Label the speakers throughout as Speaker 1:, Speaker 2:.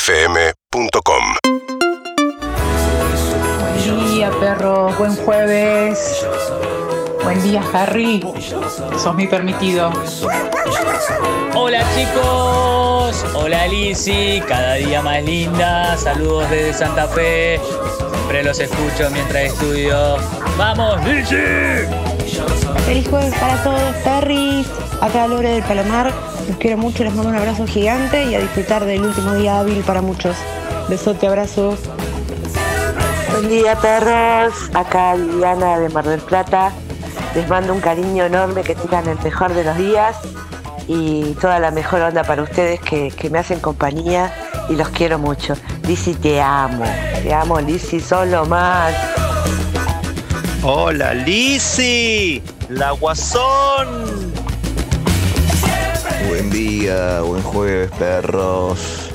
Speaker 1: UrbanaPlayFM.com
Speaker 2: Buen día, perro. Buen jueves. Buen día, Harry. Sos mi permitido.
Speaker 3: Hola chicos, hola Lisi, cada día más linda, saludos desde Santa Fe, siempre los escucho mientras estudio. ¡Vamos Lisi!
Speaker 4: Feliz jueves para todos, Perry. Acá Lore del Palomar. Los quiero mucho, les mando un abrazo gigante y a disfrutar del último día hábil para muchos. Besote, abrazo.
Speaker 5: Buen día perros, acá Liliana de Mar del Plata. Les mando un cariño enorme, que tengan el mejor de los días y toda la mejor onda para ustedes que, que me hacen compañía y los quiero mucho. Lizzy, te amo. Te amo, Lizzy, solo más.
Speaker 6: Hola, Lisi, la guasón.
Speaker 7: Buen día, buen jueves, perros.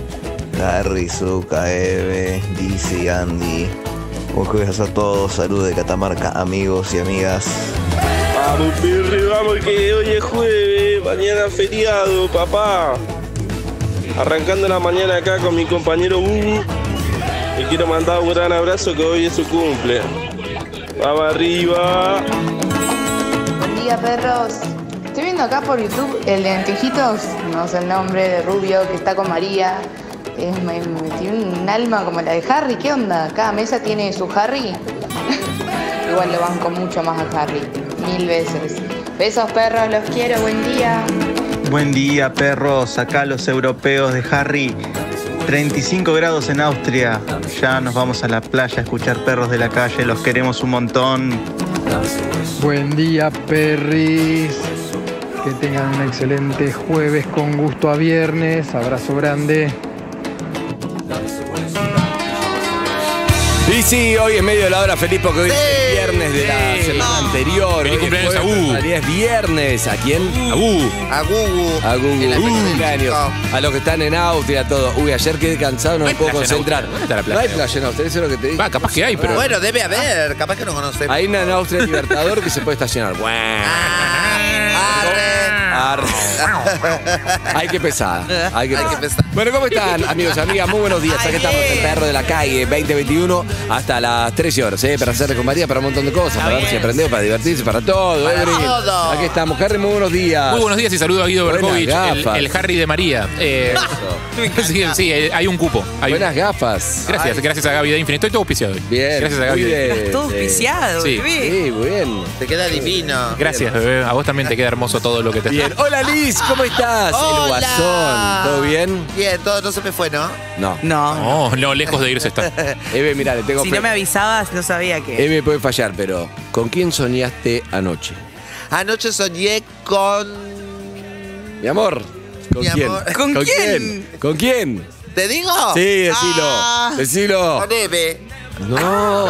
Speaker 7: Harry, Zuka, Eve, Dizzy, Andy. Buen jueves a todos. Salud de Catamarca, amigos y amigas.
Speaker 8: Vamos, Pirri, vamos, que hoy es jueves, mañana feriado, papá. Arrancando la mañana acá con mi compañero Bubu. Le quiero mandar un gran abrazo que hoy es su cumple. Vamos arriba.
Speaker 9: Buen día, perros. Estoy viendo acá por YouTube el de Antejitos, no sé el nombre, de Rubio, que está con María. Es- me- me- tiene un alma como la de Harry, ¿qué onda? Cada mesa tiene su Harry. Igual lo banco mucho más a Harry, mil veces. Besos, perros, los quiero, buen día.
Speaker 10: Buen día, perros. Acá los europeos de Harry. 35 grados en Austria. Ya nos vamos a la playa a escuchar perros de la calle. Los queremos un montón.
Speaker 11: Buen día, perris. Que tengan un excelente jueves con gusto a viernes. Abrazo grande.
Speaker 12: Y sí, hoy es medio de la hora feliz porque hoy es viernes de la semana anterior. Hoy es
Speaker 13: cumpleaños a
Speaker 12: jueves,
Speaker 13: Gu.
Speaker 12: pero en realidad es viernes. ¿A quién? A
Speaker 13: A Gugu.
Speaker 12: A Gu.
Speaker 13: En la
Speaker 12: Gu.
Speaker 13: plaza de
Speaker 12: Cumpleaños. A los que están en Austria, a todos. Uy, ayer quedé cansado, no, me puedo
Speaker 13: playa en
Speaker 12: concentrar.
Speaker 13: Austria. ¿Dónde está la
Speaker 12: No
Speaker 13: playa
Speaker 12: hay
Speaker 13: en
Speaker 12: playa en Austria, eso es lo que te digo. Va, capaz que hay,
Speaker 13: Bueno, debe haber, capaz que no conocemos.
Speaker 12: Hay una en Austria Libertador que se puede estacionar. Bueno. Arre. Hay que pesar. Hay que pesar. Bueno, ¿cómo están, amigos y amigas? Muy buenos días. Aquí estamos en Perro de la Calle 2021 hasta las 13 horas, ¿eh? Para hacer compartida, para un montón de cosas, para ver si aprendemos, para divertirse, para todo.
Speaker 14: Para
Speaker 12: Evelyn.
Speaker 14: todo.
Speaker 12: Aquí estamos. Harry, muy buenos días.
Speaker 14: Muy buenos días y saludo a Guido
Speaker 12: Buenas
Speaker 14: Berkovich, el,
Speaker 12: gafas.
Speaker 14: el Harry de María. Eh, sí, sí, eh, hay un cupo. hay un-
Speaker 12: Buenas gafas.
Speaker 14: Gracias,
Speaker 12: Ay.
Speaker 14: gracias a Gaby de Infinito. Estoy todo auspiciado hoy.
Speaker 12: Bien.
Speaker 14: Gracias a Gaby.
Speaker 12: Muy
Speaker 14: de-
Speaker 12: bien.
Speaker 14: Estás
Speaker 13: todo auspiciado,
Speaker 14: Sí.
Speaker 13: bebé.
Speaker 12: Sí, muy bien.
Speaker 13: Te queda divino.
Speaker 14: Gracias, bebé. A vos también te queda hermoso todo lo que te
Speaker 12: Bien. Hola, Liz, ¿cómo estás? El
Speaker 13: Hola.
Speaker 12: guasón. ¿Todo bien?
Speaker 13: Bien, todo no se me fue, ¿no?
Speaker 12: No.
Speaker 15: No.
Speaker 14: No, no, lejos de irse está.
Speaker 12: Eve, mirá, le tengo
Speaker 15: Si
Speaker 12: fe.
Speaker 15: no me avisabas, no sabía que.
Speaker 12: Eve puede fallar, pero ¿con quién soñaste anoche?
Speaker 13: Anoche soñé con.
Speaker 12: Mi amor. ¿Con
Speaker 13: Mi
Speaker 12: quién?
Speaker 13: amor.
Speaker 15: ¿Con quién?
Speaker 12: ¿Con quién?
Speaker 13: ¿Te digo?
Speaker 12: Sí, decilo.
Speaker 13: Ah.
Speaker 12: Decilo.
Speaker 13: Con Eve. Ah.
Speaker 12: No.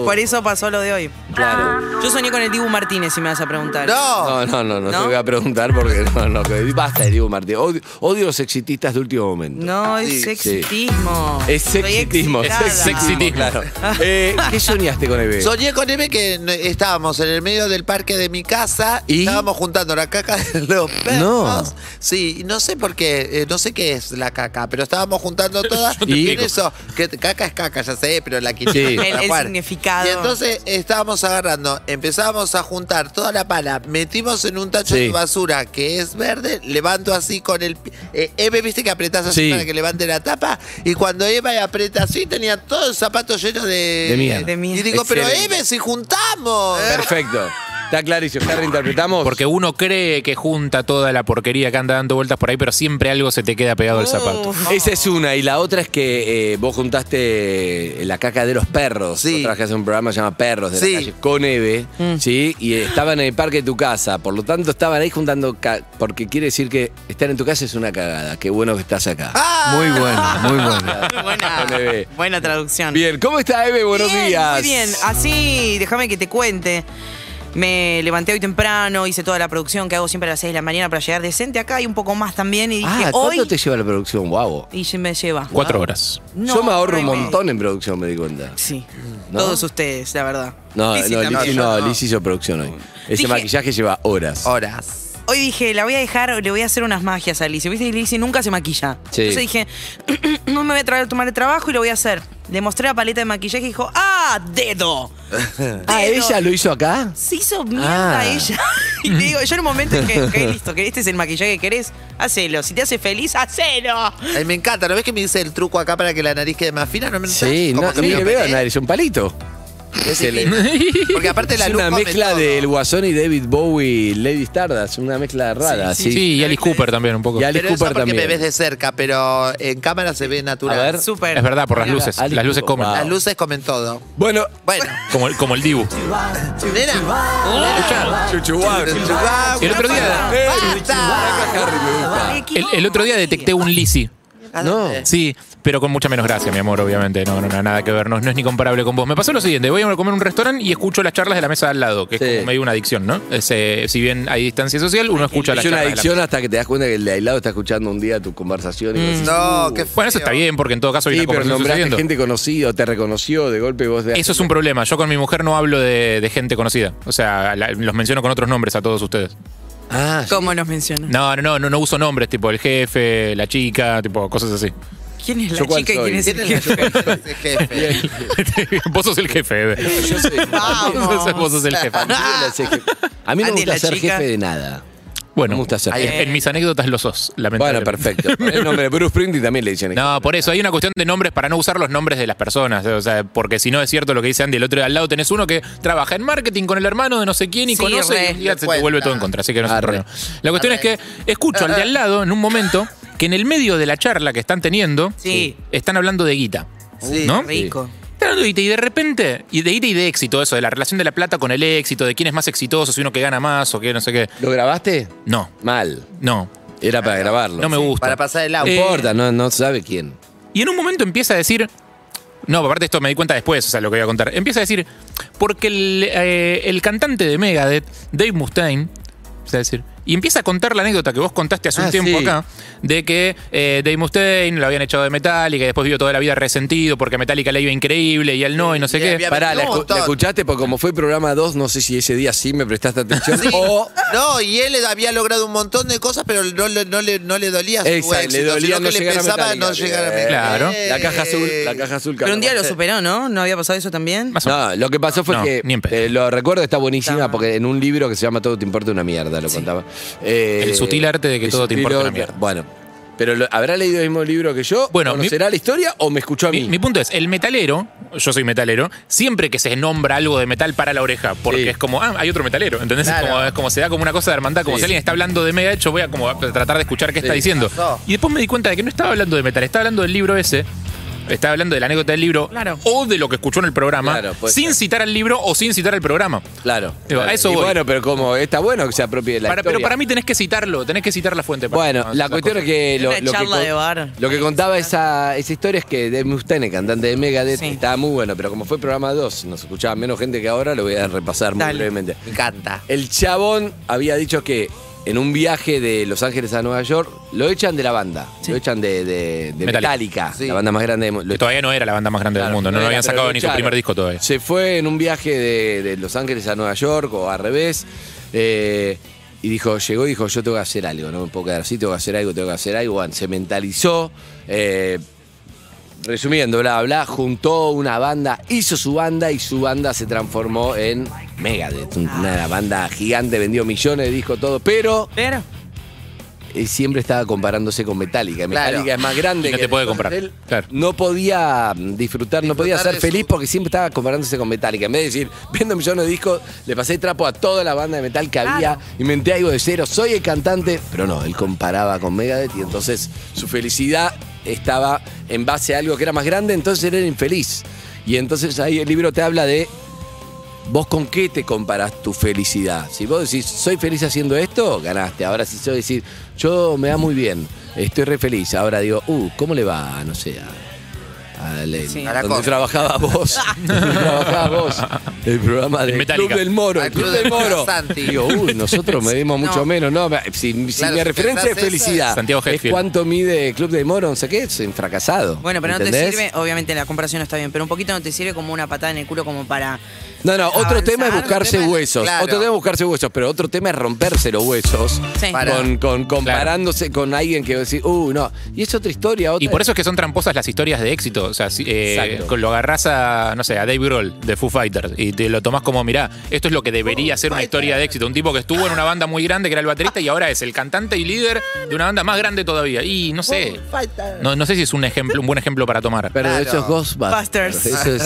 Speaker 12: Oh.
Speaker 15: Por eso pasó lo de hoy. Ah.
Speaker 12: Claro.
Speaker 15: Yo soñé con el Dibu Martínez, si me vas a preguntar.
Speaker 13: No.
Speaker 12: No, no, no, no,
Speaker 15: ¿No?
Speaker 12: te voy a preguntar porque no, no, que- basta de Diego Martínez. Odio, odio los exitistas de último momento.
Speaker 15: No, es
Speaker 12: Sí.
Speaker 15: sexitismo.
Speaker 12: Es
Speaker 15: Estoy
Speaker 12: sexitismo, es
Speaker 15: excitada.
Speaker 12: sexitismo, claro. Eh, ¿Qué soñaste con Eve?
Speaker 13: Soñé con Eve que no- estábamos en el medio del parque de mi casa y estábamos juntando la caca de los perros.
Speaker 12: No.
Speaker 13: Sí, y no sé por qué, eh, no sé qué es la caca, pero estábamos juntando todas.
Speaker 12: te
Speaker 13: y en
Speaker 12: explico.
Speaker 13: eso, que caca es caca, ya sé, pero la quité.
Speaker 12: Sí.
Speaker 13: para
Speaker 15: El- el
Speaker 13: jugar.
Speaker 15: significado.
Speaker 13: Y entonces estábamos agarrando, empezábamos a juntar toda la pala, metimos en un tacho
Speaker 12: Sí.
Speaker 13: de basura que es verde, levanto así con el. pi- eh, Eve, viste que apretás así
Speaker 12: Sí.
Speaker 13: para que levante la tapa, y cuando Eva aprieta así, tenía todo el zapato lleno de.
Speaker 12: De mierda.
Speaker 15: De mierda.
Speaker 13: Y digo, pero
Speaker 12: Excelente.
Speaker 13: Eve, si juntamos.
Speaker 12: Perfecto. Está clarísimo. ¿Está reinterpretamos?
Speaker 14: Porque uno cree que junta toda la porquería que anda dando vueltas por ahí, pero siempre algo se te queda pegado al zapato.
Speaker 12: Esa es una, y la otra es que eh, vos juntaste eh, la caca de los perros.
Speaker 13: Sí.
Speaker 12: Vos trabajás en un programa que se llama Perros de
Speaker 13: Sí.
Speaker 12: la Calle con Eve,
Speaker 15: Mm.
Speaker 12: ¿sí? Y estaban en el parque de tu casa, por lo tanto estaban ahí juntando, ca- porque quiere decir que estar en tu casa es una cagada. Qué bueno que estás acá.
Speaker 13: Ah,
Speaker 16: Muy bueno, muy bueno.
Speaker 15: Buena,
Speaker 12: Con Eve.
Speaker 15: buena traducción.
Speaker 12: Bien, ¿cómo está Eve? Buenos
Speaker 15: Bien,
Speaker 12: días.
Speaker 15: Muy bien, así, déjame que te cuente. Me levanté hoy temprano, hice toda la producción que hago siempre a las 6 de la mañana para llegar decente acá y un poco más también. Y dije,
Speaker 12: Ah, ¿cuánto
Speaker 15: hoy.
Speaker 12: te lleva la producción? Guau.
Speaker 15: Y se me lleva.
Speaker 14: Cuatro horas.
Speaker 15: No,
Speaker 12: Yo me ahorro
Speaker 15: hora y
Speaker 12: un
Speaker 15: media.
Speaker 12: montón en producción, me di cuenta.
Speaker 15: Sí,
Speaker 12: ¿No?
Speaker 15: todos ustedes, la verdad.
Speaker 12: No,
Speaker 15: Lizzy
Speaker 12: no,
Speaker 15: también.
Speaker 12: Liz, no, Liz hizo producción hoy. Ese
Speaker 15: Dije-
Speaker 12: maquillaje lleva horas.
Speaker 13: Horas.
Speaker 15: hoy dije, la voy a dejar, le voy a hacer unas magias a Alicia. ¿Viste? Y Alicia nunca se maquilla.
Speaker 12: Sí.
Speaker 15: Entonces dije, no me voy a traer a tomar el trabajo y lo voy a hacer. Le mostré la paleta de maquillaje y dijo, ¡ah, dedo!
Speaker 12: ah, ella lo hizo acá.
Speaker 15: Se hizo mierda
Speaker 12: Ah.
Speaker 15: ella. Y le digo, yo en un momento dije, ok, listo, que este es el maquillaje que querés, hacelo. Si te hace feliz, hacelo.
Speaker 13: Ay, me encanta, ¿no ves que me dice el truco acá para que la nariz quede más fina? No me
Speaker 12: Sí, no,
Speaker 13: Como
Speaker 12: ni
Speaker 13: que
Speaker 12: le
Speaker 13: me
Speaker 12: veo
Speaker 13: operé.
Speaker 12: nariz, un palito.
Speaker 13: Es
Speaker 12: Se le-
Speaker 13: difícil. Porque aparte la
Speaker 12: es
Speaker 13: luz
Speaker 12: una
Speaker 13: come
Speaker 12: mezcla del Guasón y David Bowie, Lady Stardust, una mezcla rara.
Speaker 14: sí, sí, y Alice Cooper también un poco.
Speaker 12: Y Alice
Speaker 13: Pero eso
Speaker 12: Cooper
Speaker 13: porque
Speaker 12: también.
Speaker 13: me ves de cerca, pero en cámara se ve natural.
Speaker 12: A ver. Súper. Es verdad, por las
Speaker 13: Mira,
Speaker 14: luces. Pues, Las luces comen.
Speaker 13: Las luces comen todo.
Speaker 12: Bueno,
Speaker 13: bueno.
Speaker 14: Como, el- como el Dibu.
Speaker 13: Nena. Chuchuá.
Speaker 14: El otro día. El, el otro día detecté un Lisi.
Speaker 12: No.
Speaker 14: Sí, pero con mucha menos gracia, mi amor, obviamente. No, no, no, nada que ver. No, no es ni comparable con vos. Me pasó lo siguiente: voy a comer a un restaurante y escucho las charlas de la mesa de al lado, que es como medio una adicción, ¿no? Es, eh, si bien hay distancia social, uno escucha las
Speaker 12: Es una
Speaker 14: charlas. de la
Speaker 12: adicción hasta que te das cuenta que el de al lado está escuchando un día tu conversación. Y decís,
Speaker 13: No, qué
Speaker 14: Bueno, eso está bien, porque en todo caso hay
Speaker 12: sí,
Speaker 14: una
Speaker 12: pero
Speaker 14: conversación
Speaker 12: nombraste
Speaker 14: sucediendo.
Speaker 12: gente conocida, te reconoció de golpe y vos... de-
Speaker 14: Eso es un problema. Yo con mi mujer no hablo de, de gente conocida. O sea, la- los menciono con otros nombres a todos ustedes.
Speaker 12: Ah,
Speaker 15: ¿Cómo nos menciona?
Speaker 14: No, no, no, no, no uso nombres, tipo el jefe, la chica, tipo cosas así.
Speaker 15: ¿Quién es la
Speaker 14: ¿Yo cuál
Speaker 15: chica y
Speaker 14: soy?
Speaker 15: quién es el
Speaker 14: ¿Quién es la
Speaker 15: jefe?
Speaker 14: vos sos el jefe, Eve.
Speaker 15: Vamos.
Speaker 14: Vos sos el jefe.
Speaker 12: A mí no me
Speaker 14: Andy,
Speaker 12: gusta
Speaker 14: la
Speaker 12: ser
Speaker 14: chica.
Speaker 12: jefe de nada.
Speaker 14: Bueno,
Speaker 12: me gusta ser
Speaker 14: ahí-
Speaker 15: Eh,
Speaker 12: jefe.
Speaker 14: en mis anécdotas lo sos, lamentablemente.
Speaker 12: Bueno, perfecto. El nombre de Bruce Springsteen también le dicen.
Speaker 14: No, por eso hay una cuestión de nombres para no usar los nombres de las personas. eh, O sea, porque si no es cierto lo que dice Andy, el otro de al lado tenés uno que trabaja en marketing con el hermano de no sé quién y
Speaker 12: Sí,
Speaker 14: conoce
Speaker 12: re.
Speaker 14: y un día
Speaker 12: Lo
Speaker 14: se te
Speaker 12: cuenta.
Speaker 14: vuelve todo en contra. Así que no es un
Speaker 12: Arre.
Speaker 14: problema. La cuestión es que escucho al de al lado en un momento que en el medio de la charla que están teniendo,
Speaker 15: Sí.
Speaker 14: están hablando de guita.
Speaker 15: Sí,
Speaker 14: ¿no?
Speaker 15: rico.
Speaker 14: Están hablando de guita y de repente, y de guita y de éxito, eso, de la relación de la plata con el éxito, de quién es más exitoso, si uno que gana más o qué, no sé qué.
Speaker 12: ¿Lo grabaste?
Speaker 14: No.
Speaker 12: Mal.
Speaker 14: No.
Speaker 12: Era para grabarlo.
Speaker 14: No me gusta.
Speaker 13: Para pasar el audio.
Speaker 12: No importa, no, no sabe quién.
Speaker 14: Y en un momento empieza a decir. No, aparte esto me di cuenta después, o sea, lo que voy a contar. Empieza a decir, porque el, eh, el cantante de Megadeth, Dave Mustaine, empieza a decir, y empieza a contar la anécdota que vos contaste hace
Speaker 12: Ah,
Speaker 14: un tiempo
Speaker 12: sí.
Speaker 14: acá, de que eh, Dave Mustaine lo habían echado de Metallica y después vivió toda la vida resentido porque a Metallica le iba increíble y él no, y no sé qué.
Speaker 12: Pará, la, escu- la escuchaste porque como fue programa 2, no sé si ese día sí me prestaste atención. O
Speaker 13: No, y él había logrado un montón de cosas, pero no, le- no le, no le dolía su
Speaker 12: Exacto,
Speaker 13: éxito,
Speaker 12: le dolía
Speaker 13: sino
Speaker 12: no
Speaker 13: que le
Speaker 12: llegar a
Speaker 13: pesaba
Speaker 12: Metallica.
Speaker 13: no llegar a
Speaker 12: Eh,
Speaker 13: Metallica.
Speaker 12: Claro. La caja azul, la caja azul.
Speaker 15: Pero un día lo
Speaker 12: claramente.
Speaker 15: superó, ¿no? ¿No había pasado eso también?
Speaker 12: No, lo que pasó fue
Speaker 15: No,
Speaker 12: que, eh, lo recuerdo, está buenísima, porque en un libro que se llama Todo te importa una mierda, lo contaba. Eh,
Speaker 14: El sutil arte de que
Speaker 12: el
Speaker 14: todo te
Speaker 12: sutil
Speaker 14: importa una
Speaker 12: arte-
Speaker 14: mierda.
Speaker 12: Bueno, pero lo- ¿habrá leído el mismo libro que yo?
Speaker 14: Bueno, mi-
Speaker 12: ¿Conocerá la historia o me escuchó a mí?
Speaker 14: Mi, mi punto es, el metalero, yo soy metalero, siempre que se nombra algo de metal para la oreja, porque es como, ah, hay otro metalero, ¿entendés? Es
Speaker 12: Claro.
Speaker 14: como- Es, como, se da como una cosa de hermandad, como
Speaker 12: Sí.
Speaker 14: si alguien está hablando de mega yo voy a como a tratar de escuchar qué
Speaker 12: Sí.
Speaker 14: está diciendo.
Speaker 12: Pasó.
Speaker 14: Y después me di cuenta de que no estaba hablando de metal, estaba hablando del libro ese. Estaba hablando de la anécdota del libro o de lo que escuchó en el programa,
Speaker 12: Claro, puede
Speaker 14: sin citar al libro o sin citar al programa.
Speaker 12: Claro.
Speaker 14: Digo, a eso
Speaker 12: Y
Speaker 14: voy.
Speaker 12: bueno, pero como está bueno que se apropie de la
Speaker 14: Para-
Speaker 12: historia.
Speaker 14: pero para mí tenés que citarlo, tenés que citar la fuente. para-
Speaker 12: Bueno,
Speaker 14: para-
Speaker 12: la cuestión es
Speaker 14: cosa.
Speaker 12: que lo,
Speaker 14: Una
Speaker 12: lo que,
Speaker 14: charla de bar.
Speaker 12: lo que contaba esa, esa historia es que Dave Mustaine, el cantante de Megadeth, estaba muy bueno, pero como fue programa 2, nos escuchaba menos gente que ahora, lo voy a repasar muy brevemente. Me
Speaker 13: encanta.
Speaker 12: El chabón había dicho que en un viaje de Los Ángeles a Nueva York lo echan de la banda, lo echan de, de- de
Speaker 14: Metallica.
Speaker 12: Metallica, la banda más grande del mundo.
Speaker 14: Que todavía no era la banda más grande del mundo, no,
Speaker 12: no
Speaker 14: lo
Speaker 12: era,
Speaker 14: habían
Speaker 12: pero
Speaker 14: sacado
Speaker 12: lo
Speaker 14: ni su
Speaker 12: echaron.
Speaker 14: primer disco todavía.
Speaker 12: Se fue en un viaje de, de Los Ángeles a Nueva York o al revés. eh, y dijo, llegó y dijo, yo tengo que hacer algo, no me puedo quedar así, tengo que hacer algo, tengo que hacer algo. Bueno, se mentalizó. eh, resumiendo, bla, bla, bla, juntó una banda, hizo su banda y su banda se transformó en Megadeth. Una banda gigante, vendió millones de discos, todo, pero...
Speaker 15: Pero...
Speaker 12: eh, siempre estaba comparándose con Metallica. Metallica es más grande
Speaker 14: Y no
Speaker 12: que
Speaker 14: te puede
Speaker 12: entonces
Speaker 14: comprar.
Speaker 12: él No podía mm, disfrutar, no podía
Speaker 13: Disfrutar
Speaker 12: ser
Speaker 13: de
Speaker 12: feliz porque siempre estaba comparándose con Metallica. En vez de decir, vendo millones de discos, le pasé trapo a toda la banda de metal que había, inventé algo de cero, soy el cantante. Pero no, él comparaba con Megadeth y entonces su felicidad estaba en base a algo que era más grande, entonces él era infeliz. Y entonces ahí el libro te habla de ¿Vos con qué te comparás tu felicidad? Si vos decís, soy feliz haciendo esto, ganaste. Ahora si yo decís, yo me da muy bien, estoy re feliz. Ahora digo, uh, ¿cómo le va? No sé, a Al-
Speaker 15: Sí.
Speaker 12: al-
Speaker 15: A la
Speaker 12: donde
Speaker 15: costa.
Speaker 12: trabajaba vos. donde trabajaba vos. El programa del
Speaker 13: Metallica.
Speaker 12: Club del Moro. El
Speaker 13: Al
Speaker 12: Club
Speaker 13: Club
Speaker 12: del
Speaker 13: del Moro
Speaker 12: Moro.
Speaker 13: Santi.
Speaker 12: Digo, uy, nosotros medimos
Speaker 13: No.
Speaker 12: mucho menos. No, me- si, si
Speaker 13: Claro,
Speaker 12: mi
Speaker 13: si pensás
Speaker 12: referencia es
Speaker 13: eso,
Speaker 12: felicidad.
Speaker 13: es- Santiago
Speaker 12: es
Speaker 13: Hetfield.
Speaker 12: cuánto mide Club del Moro, no sé qué, es fracasado.
Speaker 15: Bueno, pero no
Speaker 12: ¿Entendés?
Speaker 15: te sirve, obviamente la comparación no está bien, pero un poquito no te sirve como una patada en el culo como para.
Speaker 12: No, no,
Speaker 14: Ah,
Speaker 12: otro
Speaker 15: Avanzar,
Speaker 12: tema es
Speaker 15: otro
Speaker 12: buscarse
Speaker 15: tema es-
Speaker 12: huesos.
Speaker 15: claro.
Speaker 12: Otro tema es buscarse huesos, pero otro tema es romperse los huesos.
Speaker 15: Sí. Para-
Speaker 12: Con, con- comparándose con alguien que va a decir, uh, no. Y es otra historia. Otra
Speaker 14: Y por eso es que son tramposas las historias de éxito. O sea, si, eh,
Speaker 12: Exacto.
Speaker 14: con- lo agarrás a, no sé, a Dave Grohl de Foo Fighters y te lo tomás como, mirá, esto es lo que debería ser una historia de éxito. Un tipo que estuvo en una banda muy grande, que era el baterista, y ahora es el cantante y líder de una banda más grande todavía. Y no sé. No, no sé si es un ejemplo, un buen ejemplo para tomar.
Speaker 12: Pero de esos Ghostbusters. Eso es-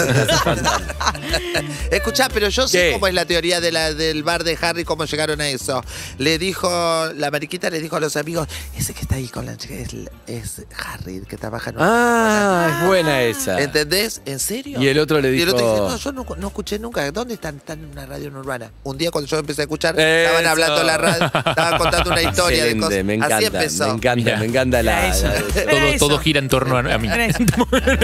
Speaker 13: Escuchá, pero yo sé
Speaker 12: ¿Qué?
Speaker 13: cómo es la teoría de la- del bar de Harry, cómo llegaron a eso. Le dijo, la mariquita le dijo a los amigos, ese que está ahí con la chica es, es Harry, que trabaja en una...
Speaker 12: Ah, es buena esa.
Speaker 13: ¿Entendés? ¿En serio?
Speaker 12: Y el otro le
Speaker 13: Y el otro
Speaker 12: dijo-
Speaker 13: dice, no, yo no, no escuché nunca. ¿Dónde están, están en una radio no urbana? Un día cuando yo empecé a escuchar, estaban
Speaker 12: Eso.
Speaker 13: hablando en la radio, estaban contando una historia de
Speaker 12: Excelente,
Speaker 13: cosas.
Speaker 12: Me encanta,
Speaker 13: Así empezó.
Speaker 12: me encanta, me encanta la. la-
Speaker 14: Todo, todo gira en torno a, a mí.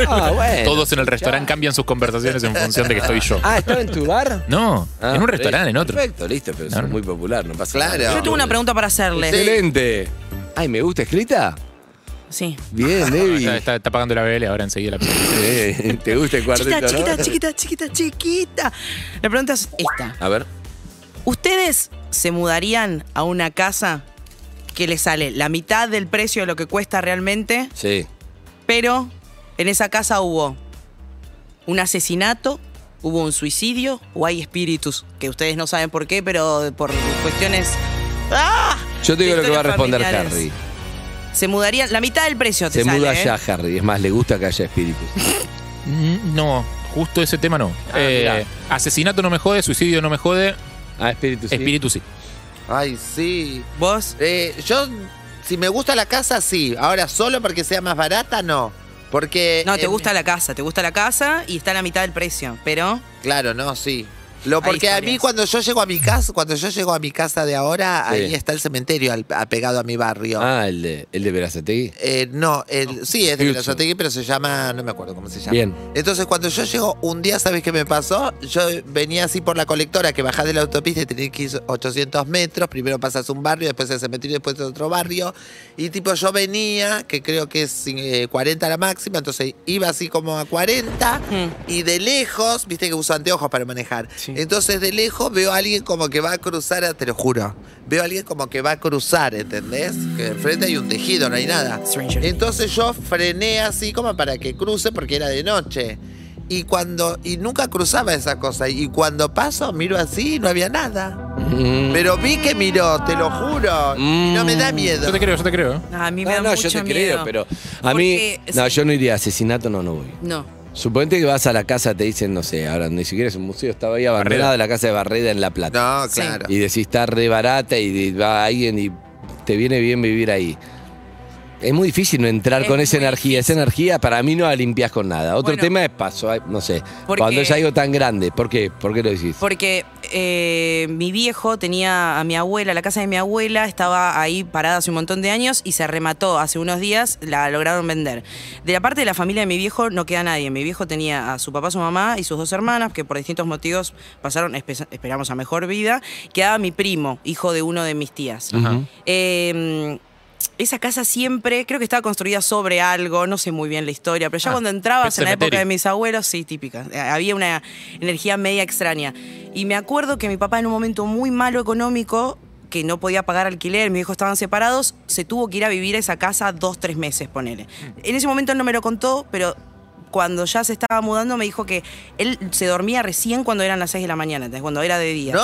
Speaker 12: Ah, bueno.
Speaker 14: Todos en el restaurante cambian sus conversaciones en función de que estoy yo.
Speaker 12: Ah, ¿estaba en tu bar?
Speaker 14: No,
Speaker 12: Ah,
Speaker 14: en un
Speaker 12: por
Speaker 14: restaurante,
Speaker 12: eso.
Speaker 14: en otro.
Speaker 12: Perfecto, listo, pero es muy popular, no pasa
Speaker 13: Claro.
Speaker 12: nada.
Speaker 15: Yo tengo una pregunta para hacerle.
Speaker 12: Excelente. Ay, ¿me gusta escrita?
Speaker 15: Sí.
Speaker 12: Bien,
Speaker 14: Está,
Speaker 12: Debbie.
Speaker 14: está- está pagando la BL ahora enseguida la
Speaker 12: Eh, ¿Te gusta el cuarteto,
Speaker 15: Chiquita,
Speaker 12: no?
Speaker 15: chiquita, chiquita, chiquita, chiquita. La pregunta es esta.
Speaker 12: A ver.
Speaker 15: ¿Ustedes se mudarían a una casa que les sale la mitad del precio de lo que cuesta realmente?
Speaker 12: Sí.
Speaker 15: Pero en esa casa hubo un asesinato, hubo un suicidio o hay espíritus que ustedes no saben por qué, pero por cuestiones. ¡Ah!
Speaker 12: Yo te digo lo que va a
Speaker 15: Historias
Speaker 12: responder
Speaker 15: familiares.
Speaker 12: Harry.
Speaker 15: Se mudarían la mitad del precio. Te
Speaker 12: Se
Speaker 15: sale,
Speaker 12: muda
Speaker 15: ¿eh?
Speaker 12: ya Harry. Es más, le gusta que haya espíritus.
Speaker 14: Mm, No, justo ese tema no. Eh, asesinato no me jode, suicidio no me jode.
Speaker 12: Ah, espíritu
Speaker 14: sí. Espíritu sí.
Speaker 13: Ay, sí.
Speaker 15: ¿Vos?
Speaker 13: Eh, yo, si me gusta la casa, sí. Ahora, solo porque sea más barata, no. Porque.
Speaker 15: No, te
Speaker 13: eh,
Speaker 15: gusta la casa, te gusta la casa y está a la mitad del precio, pero.
Speaker 13: Claro, no, sí. Lo
Speaker 15: Hay
Speaker 13: porque a mí
Speaker 15: historias.
Speaker 13: cuando yo llego a mi casa, cuando yo llego a mi casa de ahora,
Speaker 12: Sí.
Speaker 13: ahí está el cementerio al- apegado a mi barrio.
Speaker 12: Ah, el de, el de Verazategui.
Speaker 13: Eh, no, el, sí, es de
Speaker 12: Future.
Speaker 13: Verazategui, pero se llama, no me acuerdo cómo se llama.
Speaker 12: Bien.
Speaker 13: Entonces, cuando yo llego, un día, ¿sabes qué me pasó? Yo venía así por la colectora, que bajás de la autopista y tenés que ir 800 metros. Primero pasas un barrio, después el cementerio, después otro barrio. Y tipo, yo venía, que creo que es eh, 40 la máxima, entonces iba así como a
Speaker 15: Ah,
Speaker 13: 40.
Speaker 15: mm.
Speaker 13: Y de lejos, viste que uso anteojos para manejar. Entonces, de lejos veo a alguien como que va a cruzar, a- te lo juro. Veo a alguien como que va a cruzar, ¿entendés? Que enfrente hay un tejido, no hay nada. Entonces yo frené así como para que cruce porque era de noche. Y cuando. Y nunca cruzaba esa cosa. Y cuando paso, miro así y no había nada.
Speaker 12: Mm.
Speaker 13: Pero vi que miró, te lo
Speaker 12: Ah,
Speaker 13: juro. Y no me da miedo.
Speaker 14: Mm. Yo te creo, yo te creo. ¿eh?
Speaker 15: Ah, A mí me
Speaker 12: No,
Speaker 15: da
Speaker 12: no,
Speaker 15: mucho
Speaker 12: yo te
Speaker 15: miedo.
Speaker 12: creo, pero a mí.
Speaker 15: Porque-
Speaker 12: No, yo no iría. Asesinato no, no voy.
Speaker 15: No.
Speaker 12: Suponete que vas a la casa, te dicen, no sé, ahora ni siquiera es un museo, estaba ahí abandonada la casa de Barreda en La Plata.
Speaker 13: No, claro.
Speaker 12: Y decís, está re barata y di- va alguien y te viene bien vivir ahí. Es muy difícil no entrar con esa energía. Esa energía para mí no la limpias con nada. Otro tema es paso, ay, no sé.
Speaker 15: Porque-
Speaker 12: Cuando es algo tan grande, ¿por qué? ¿Por qué lo decís?
Speaker 15: Porque eh, mi viejo tenía a mi abuela, la casa de mi abuela estaba ahí parada hace un montón de años y se remató hace unos días, la lograron vender. De la parte de la familia de mi viejo no queda nadie. Mi viejo tenía a su papá, su mamá y sus dos hermanas, que por distintos motivos pasaron, espe- esperamos, a mejor vida. Quedaba mi primo, hijo de uno de mis tías. Eh, esa casa siempre, creo que estaba construida sobre algo, no sé muy bien la historia, pero ya
Speaker 16: Ah,
Speaker 15: cuando entrabas
Speaker 16: es
Speaker 15: en la época
Speaker 16: cementerio.
Speaker 15: de mis abuelos, sí, típica. eh, Había una energía media extraña. Y me acuerdo que mi papá en un momento muy malo económico, que no podía pagar alquiler, mis hijos estaban separados, se tuvo que ir a vivir a esa casa dos, tres meses, ponele. En ese momento él no me lo contó, pero cuando ya se estaba mudando me dijo que él se dormía recién cuando eran las 6 de la mañana, entonces cuando era de día.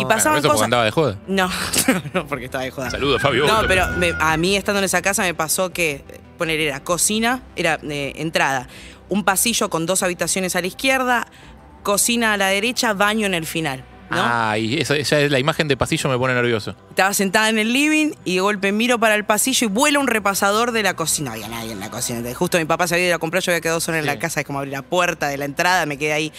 Speaker 15: y pasaban
Speaker 14: eso porque
Speaker 15: cosas.
Speaker 14: andaba de joda.
Speaker 15: No, no, porque estaba de joda.
Speaker 14: Saludos, Fabio.
Speaker 15: No, pero me- a mí estando en esa casa me pasó que eh, poner era cocina, era eh, entrada, un pasillo con dos habitaciones a la izquierda, cocina a la derecha, baño en el final.
Speaker 14: Ay, esa, esa es la imagen de pasillo me pone nervioso.
Speaker 15: Estaba sentada en el living y de golpe miro para el pasillo y vuela un repasador de la cocina. No había nadie en la cocina. Entonces, Justo mi papá se había ido a comprar, yo había quedado solo en la casa, es como abrí la puerta de la entrada, me quedé ahí.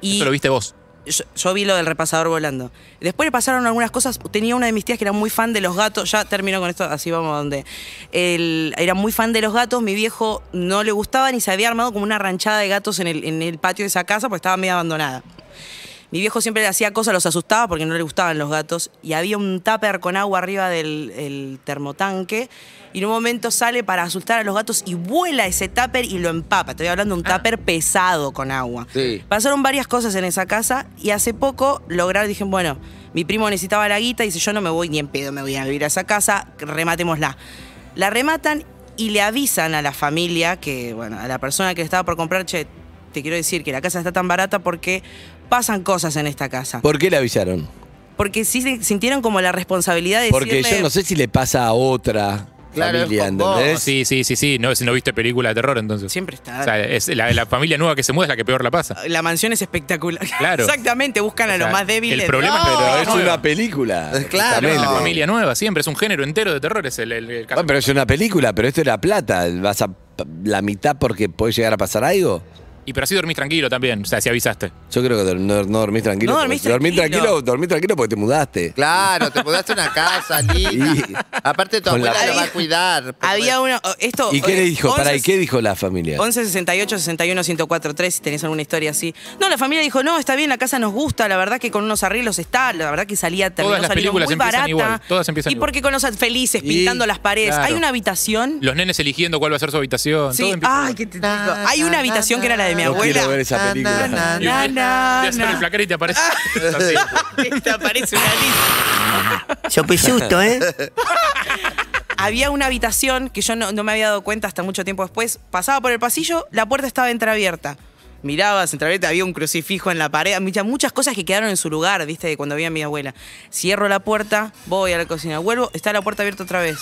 Speaker 15: Y
Speaker 14: Eso lo viste vos.
Speaker 15: yo, yo vi lo del repasador volando. Después le pasaron algunas cosas. Tenía una de mis tías que era muy fan de los gatos. Ya termino con esto, así vamos a donde. El- era muy fan de los gatos. Mi viejo no le gustaba ni se había armado como una ranchada de gatos en el, en el patio de esa casa porque estaba medio abandonada. Mi viejo siempre le hacía cosas, los asustaba porque no le gustaban los gatos. Y había un tupper con agua arriba del el termotanque. Y en un momento sale para asustar a los gatos y vuela ese tupper y lo empapa. Estoy hablando de un tupper pesado con agua.
Speaker 12: Sí.
Speaker 15: Pasaron varias cosas en esa casa y hace poco lograron, dije, bueno, mi primo necesitaba la guita y dice, yo no me voy ni en pedo, me voy a vivir a esa casa, rematémosla. La rematan y le avisan a la familia, que bueno, a la persona que le estaba por comprar, che, te quiero decir que la casa está tan barata porque pasan cosas en esta casa.
Speaker 12: ¿Por qué le avisaron?
Speaker 15: Porque sí se- sintieron como la responsabilidad de
Speaker 12: Porque
Speaker 15: decirle-
Speaker 12: yo no sé si le pasa a otra familia, ¿entendés?
Speaker 14: Sí, sí, sí, sí. No, si no viste película de terror, entonces.
Speaker 15: Siempre está.
Speaker 14: O sea, es la, la familia nueva que se muda es la que peor la pasa.
Speaker 15: La mansión es espectacular.
Speaker 14: Claro.
Speaker 15: Exactamente, buscan a
Speaker 14: O sea,
Speaker 15: los más débiles.
Speaker 14: El problema
Speaker 15: No.
Speaker 14: es que
Speaker 12: es una película.
Speaker 14: Claro, es la
Speaker 12: Exactamente.
Speaker 14: familia nueva, siempre. Es un género entero de terror. Es el, el- el caso.
Speaker 12: Bueno, pero es una película, pero esto era plata. Vas a p- la mitad porque puede llegar a pasar algo.
Speaker 14: Y pero así dormís tranquilo también. O sea, si avisaste.
Speaker 12: Yo creo que dor- no, no dormís tranquilo.
Speaker 14: No
Speaker 12: porque-
Speaker 14: dormís
Speaker 12: dormís
Speaker 14: tranquilo.
Speaker 12: tranquilo. dormís tranquilo porque te mudaste.
Speaker 13: Claro, te mudaste a una casa linda.
Speaker 12: Y-
Speaker 13: Aparte, tu
Speaker 12: Con la-
Speaker 13: abuela lo va a cuidar.
Speaker 15: Había uno. Esto, eh,
Speaker 12: ¿Y qué le dijo?
Speaker 15: once-
Speaker 12: Pará, ¿y qué dijo la familia?
Speaker 15: 11 68 61 104 3 si tenés alguna historia así. No, la familia dijo, no, está bien, la casa nos gusta, la verdad que con unos arreglos está, la verdad que salía terminó
Speaker 14: Todas las
Speaker 15: saliendo
Speaker 14: películas
Speaker 15: muy
Speaker 14: empiezan
Speaker 15: barata.
Speaker 14: igual. Todas empiezan
Speaker 15: y
Speaker 14: igual.
Speaker 15: porque con los felices pintando las paredes.
Speaker 14: claro.
Speaker 15: Hay una habitación.
Speaker 14: Los nenes eligiendo cuál va a ser su habitación.
Speaker 15: Sí,
Speaker 14: todo empieza-
Speaker 15: ay, qué te digo. Hay una habitación que era la de mi
Speaker 14: No
Speaker 15: abuela.
Speaker 14: quiero ver esa
Speaker 15: Na, na,
Speaker 14: película.
Speaker 15: na,
Speaker 14: Y
Speaker 15: na,
Speaker 14: te-
Speaker 15: na,
Speaker 14: te hacen
Speaker 15: na.
Speaker 14: el placar y te aparece. Así.
Speaker 15: Te aparece una lista.
Speaker 16: Sope susto, ¿eh?
Speaker 15: Había una habitación que yo no, no me había dado cuenta hasta mucho tiempo después. Pasaba por el pasillo, la puerta estaba entreabierta. Mirabas entreabierta, había un crucifijo en la pared, muchas, muchas cosas que quedaron en su lugar, viste, de cuando vi a mi abuela. Cierro la puerta, voy a la cocina, vuelvo, está la puerta abierta otra vez.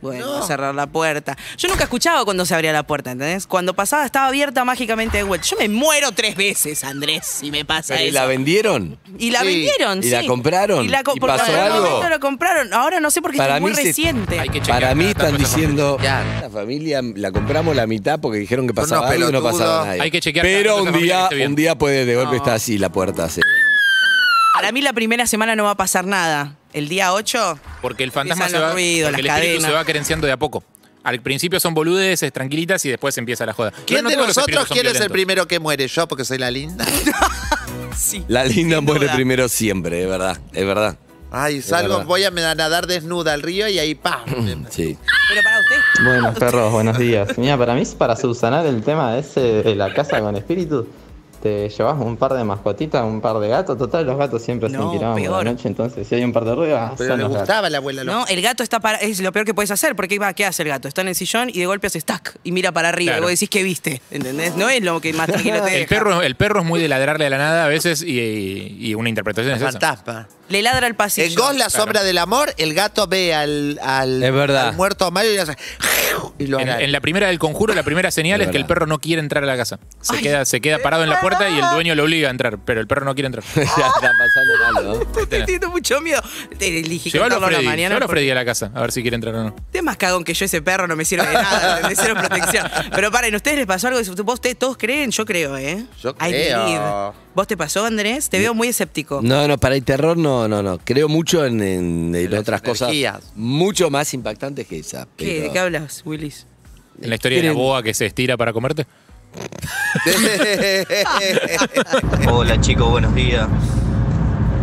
Speaker 15: Bueno, voy a cerrar la puerta. Yo nunca escuchaba cuando se abría la puerta, ¿entendés? Cuando pasaba estaba abierta mágicamente de vuelta. Yo me muero tres veces, Andrés, si me pasa
Speaker 12: ¿Pero ¿Y
Speaker 15: eso.
Speaker 12: la vendieron?
Speaker 15: Y la vendieron,
Speaker 12: ¿Y
Speaker 15: sí.
Speaker 12: la compraron?
Speaker 15: Y, la co-
Speaker 12: ¿Y
Speaker 15: porque
Speaker 12: pasó
Speaker 15: en algún
Speaker 12: algo?
Speaker 15: momento lo compraron. Ahora no sé porque es muy
Speaker 12: se-
Speaker 15: reciente.
Speaker 12: para mí están diciendo, la familia la compramos la mitad porque dijeron que pasaba
Speaker 14: unos
Speaker 12: algo y no
Speaker 14: pelotudos.
Speaker 12: pasaba nada.
Speaker 14: Hay que chequear cada
Speaker 12: Pero
Speaker 14: cosa
Speaker 12: un
Speaker 14: familiar que
Speaker 12: día,
Speaker 14: esté bien.
Speaker 12: un día puede de golpe estar así la puerta así.
Speaker 15: Para mí la primera semana no va a pasar nada. El día 8,
Speaker 14: Porque el fantasma se
Speaker 15: Empiezan los
Speaker 14: va,
Speaker 15: ruidos,
Speaker 14: porque el
Speaker 15: las
Speaker 14: espíritu
Speaker 15: cadenas.
Speaker 14: se va querenciando de a poco. Al principio son boludeces, tranquilitas y después empieza la joda.
Speaker 13: ¿Quién
Speaker 14: Pero no
Speaker 13: de
Speaker 14: todos los
Speaker 13: nosotros
Speaker 14: espíritus son
Speaker 13: quiere ser
Speaker 14: violentos.
Speaker 13: primero que muere? ¿Yo porque soy la linda?
Speaker 12: La linda muere primero siempre, es verdad, es verdad.
Speaker 13: Ay, Salgo, voy a nadar desnuda al río y ahí pa.
Speaker 12: Sí.
Speaker 15: Pero para usted.
Speaker 17: Buenos perros, buenos días. Mira, para mí, para subsanar el tema ese de la casa con espíritus, te llevas un par de mascotitas, un par de gatos. Total, los gatos siempre se
Speaker 15: No,
Speaker 17: inquinaban por
Speaker 15: peor.
Speaker 17: la noche, entonces si hay un par de ruidos, ah,
Speaker 13: Pero
Speaker 17: son
Speaker 13: le
Speaker 17: los gatos.
Speaker 13: gustaba la abuela loca.
Speaker 15: No, el gato está para, es lo peor que puedes hacer, porque va, ¿qué hace el gato? Está en el sillón y de golpe hace stack y mira para arriba.
Speaker 14: Claro.
Speaker 15: Y vos decís que viste, ¿entendés? No es lo que más tranquilo te
Speaker 14: el
Speaker 15: deja.
Speaker 14: perro, el perro es muy de ladrarle a la nada a veces y, y- y una interpretación es esa.
Speaker 15: Le ladra al pasillo.
Speaker 13: En Ghost, la
Speaker 14: Claro.
Speaker 13: sombra del amor, el gato ve al, al,
Speaker 14: Es verdad.
Speaker 13: al muerto Mario y le hace. Y lo
Speaker 14: En,
Speaker 13: agarra.
Speaker 14: en la primera del conjuro, la primera señal es que el perro no quiere entrar a la casa. Se queda, se queda parado en la puerta y el dueño lo obliga a entrar, pero el perro no quiere entrar. ya está
Speaker 12: pasando mal,
Speaker 15: Estoy teniendo mucho miedo. Te elige
Speaker 14: Llévalo a
Speaker 15: contarlo a la
Speaker 14: Freddy,
Speaker 15: mañana.
Speaker 14: llévalo a
Speaker 15: porque
Speaker 14: Freddy a la casa, a ver si quiere entrar o no.
Speaker 15: Usted es más cagón que yo, ese perro no me sirve de nada, de cero protección. Pero paren, ¿ustedes les pasó algo? ¿Vos ustedes todos creen? Yo creo, ¿eh?
Speaker 13: Yo
Speaker 15: I
Speaker 12: creo.
Speaker 15: believe. ¿Vos te pasó, Andrés? Te veo muy escéptico.
Speaker 12: No, no, para el terror no, no, no. Creo mucho en, en- en otras cosas mucho más impactantes que esa.
Speaker 15: ¿Qué? ¿De
Speaker 12: pero-
Speaker 15: qué hablas, Willis?
Speaker 14: En la historia de la
Speaker 12: Tienen-
Speaker 14: boa que se estira para comerte.
Speaker 13: "Eh".
Speaker 18: Hola chicos, buenos días.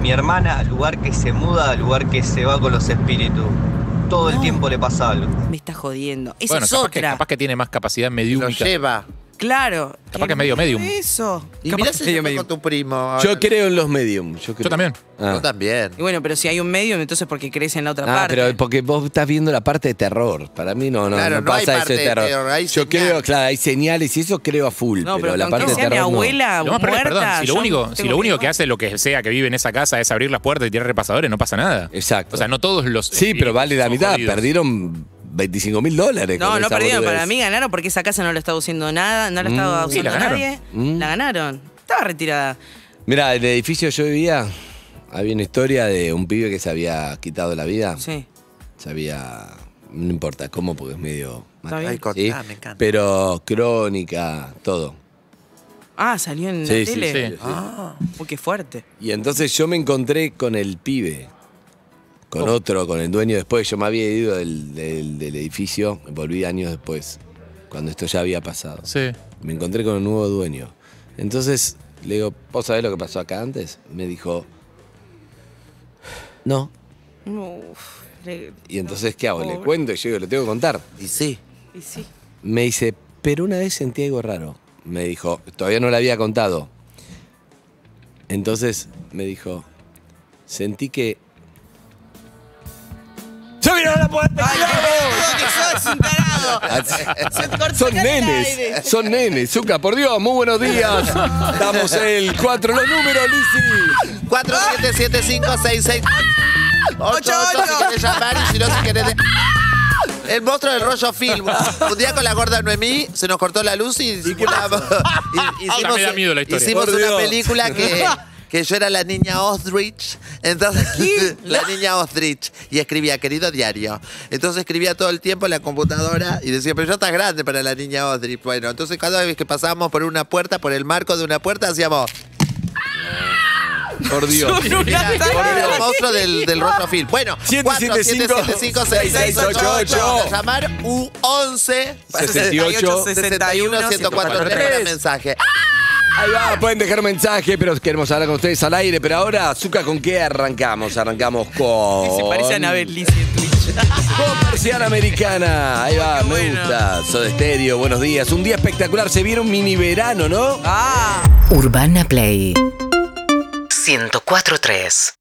Speaker 18: Mi hermana, al lugar que se muda, al lugar que se va con los espíritus. Todo el tiempo le pasa algo.
Speaker 15: Me está jodiendo. Esa
Speaker 14: Bueno,
Speaker 15: es
Speaker 14: capaz que,
Speaker 15: otra.
Speaker 14: capaz que tiene más capacidad mediúmica.
Speaker 13: lleva.
Speaker 15: Claro.
Speaker 14: Capaz que es medio medium.
Speaker 15: Eso.
Speaker 13: Y mirá si se fue con tu primo.
Speaker 12: Yo creo en los medium. Yo, creo.
Speaker 14: también.
Speaker 12: Ah.
Speaker 13: Yo también.
Speaker 15: Y bueno, pero si hay un medium, entonces porque crees en la otra
Speaker 12: Ah,
Speaker 15: parte.
Speaker 12: pero porque vos estás viendo la parte de terror. Para mí no, no,
Speaker 15: Claro,
Speaker 12: no
Speaker 15: no hay
Speaker 12: pasa eso
Speaker 15: parte
Speaker 12: de
Speaker 15: de
Speaker 12: terror.
Speaker 15: terror, hay
Speaker 12: Yo creo, claro, hay señales y eso creo a full,
Speaker 15: No,
Speaker 12: pero,
Speaker 15: pero
Speaker 12: la
Speaker 15: con
Speaker 12: parte
Speaker 15: que
Speaker 12: de
Speaker 15: sea mi
Speaker 12: terror no.
Speaker 15: abuela
Speaker 14: Lo más probable,
Speaker 15: muerta,
Speaker 14: perdón, si lo
Speaker 15: yo
Speaker 14: único, si
Speaker 15: tengo
Speaker 14: lo único
Speaker 15: miedo.
Speaker 14: que hace lo que sea que vive en esa casa es abrir las puertas y tirar repasadores, no pasa nada.
Speaker 12: Exacto.
Speaker 14: O sea, no todos los.
Speaker 12: Sí, pero vale la
Speaker 14: son
Speaker 12: mitad.
Speaker 14: jodidos.
Speaker 12: Perdieron 25 mil dólares.
Speaker 15: No,
Speaker 12: con
Speaker 15: no
Speaker 12: esa
Speaker 15: perdieron.
Speaker 12: boludez.
Speaker 15: Para mí ganaron porque esa casa no la estaba usando nada, no la
Speaker 12: Mm.
Speaker 15: estaba
Speaker 12: Sí,
Speaker 15: usando
Speaker 12: la ganaron.
Speaker 15: nadie.
Speaker 14: Mm.
Speaker 15: La ganaron. Estaba retirada.
Speaker 12: Mira, el edificio yo vivía, había una historia de un pibe que se había quitado la vida.
Speaker 15: Sí.
Speaker 12: Se había. No importa cómo, porque es medio.
Speaker 15: Está bien.
Speaker 12: ¿sí?
Speaker 15: Ay, contá, me encanta.
Speaker 12: Pero crónica, todo.
Speaker 15: Ah, salió en
Speaker 12: Sí,
Speaker 15: la
Speaker 12: sí,
Speaker 15: tele.
Speaker 12: sí, sí.
Speaker 15: Ah, uy, qué fuerte.
Speaker 12: Y entonces yo me encontré con el pibe, con otro, con el dueño después. Yo me había ido del, del- del edificio, volví años después, cuando esto ya había pasado.
Speaker 14: Sí.
Speaker 12: Me encontré con un nuevo dueño. Entonces le digo, ¿vos sabés lo que pasó acá antes? Me dijo, no.
Speaker 15: Uf, le-
Speaker 12: Y entonces, ¿qué hago? Le
Speaker 15: Pobre.
Speaker 12: cuento y yo digo, lo tengo que contar. Y sí.
Speaker 15: y sí.
Speaker 12: Me dice, pero una vez sentí algo raro. Me dijo, todavía no le había contado. Entonces me dijo, sentí que. ¡Se vino la puerta! Son nenes, son nenes. Zuka, por Dios, muy buenos días. Damos el 4, los números, Lizzy.
Speaker 13: 4, 7, 7, 5, 6, 6. 8, 8, si querés llamar y si no, si querés... de- El monstruo del rollo film. Un día con la gorda Noemí se nos cortó la luz y hicimos, una, Ah, y-
Speaker 14: Ya me da miedo la historia.
Speaker 13: hicimos
Speaker 14: Por
Speaker 13: una
Speaker 14: Dios.
Speaker 13: película que, que yo era la niña Ostrich. Entonces, la niña Ostrich. Y escribía, querido diario. Entonces escribía todo el tiempo en la computadora y decía, pero yo estás grande para la niña Ostrich. Bueno, entonces cada vez que pasábamos por una puerta, por el marco de una puerta, hacíamos.
Speaker 12: Por Dios.
Speaker 13: Era- era el monstruo del, del Rostro Film. Bueno,
Speaker 12: 775
Speaker 13: 475-6688. Llamar U11
Speaker 12: 68,
Speaker 13: 61 1043 para mensaje.
Speaker 12: Ahí va, pueden dejar mensaje, pero queremos hablar con ustedes al aire. Pero ahora, Zuka, ¿con qué arrancamos? Arrancamos con.
Speaker 15: Se parece a Anabel Lizzie en Twitch.
Speaker 12: Comercial americana. Ahí va, me gusta. Soda Estéreo, buenos días. Un día espectacular. Se viene un mini verano, ¿no?
Speaker 15: Ah.
Speaker 19: Urbana Play 104.3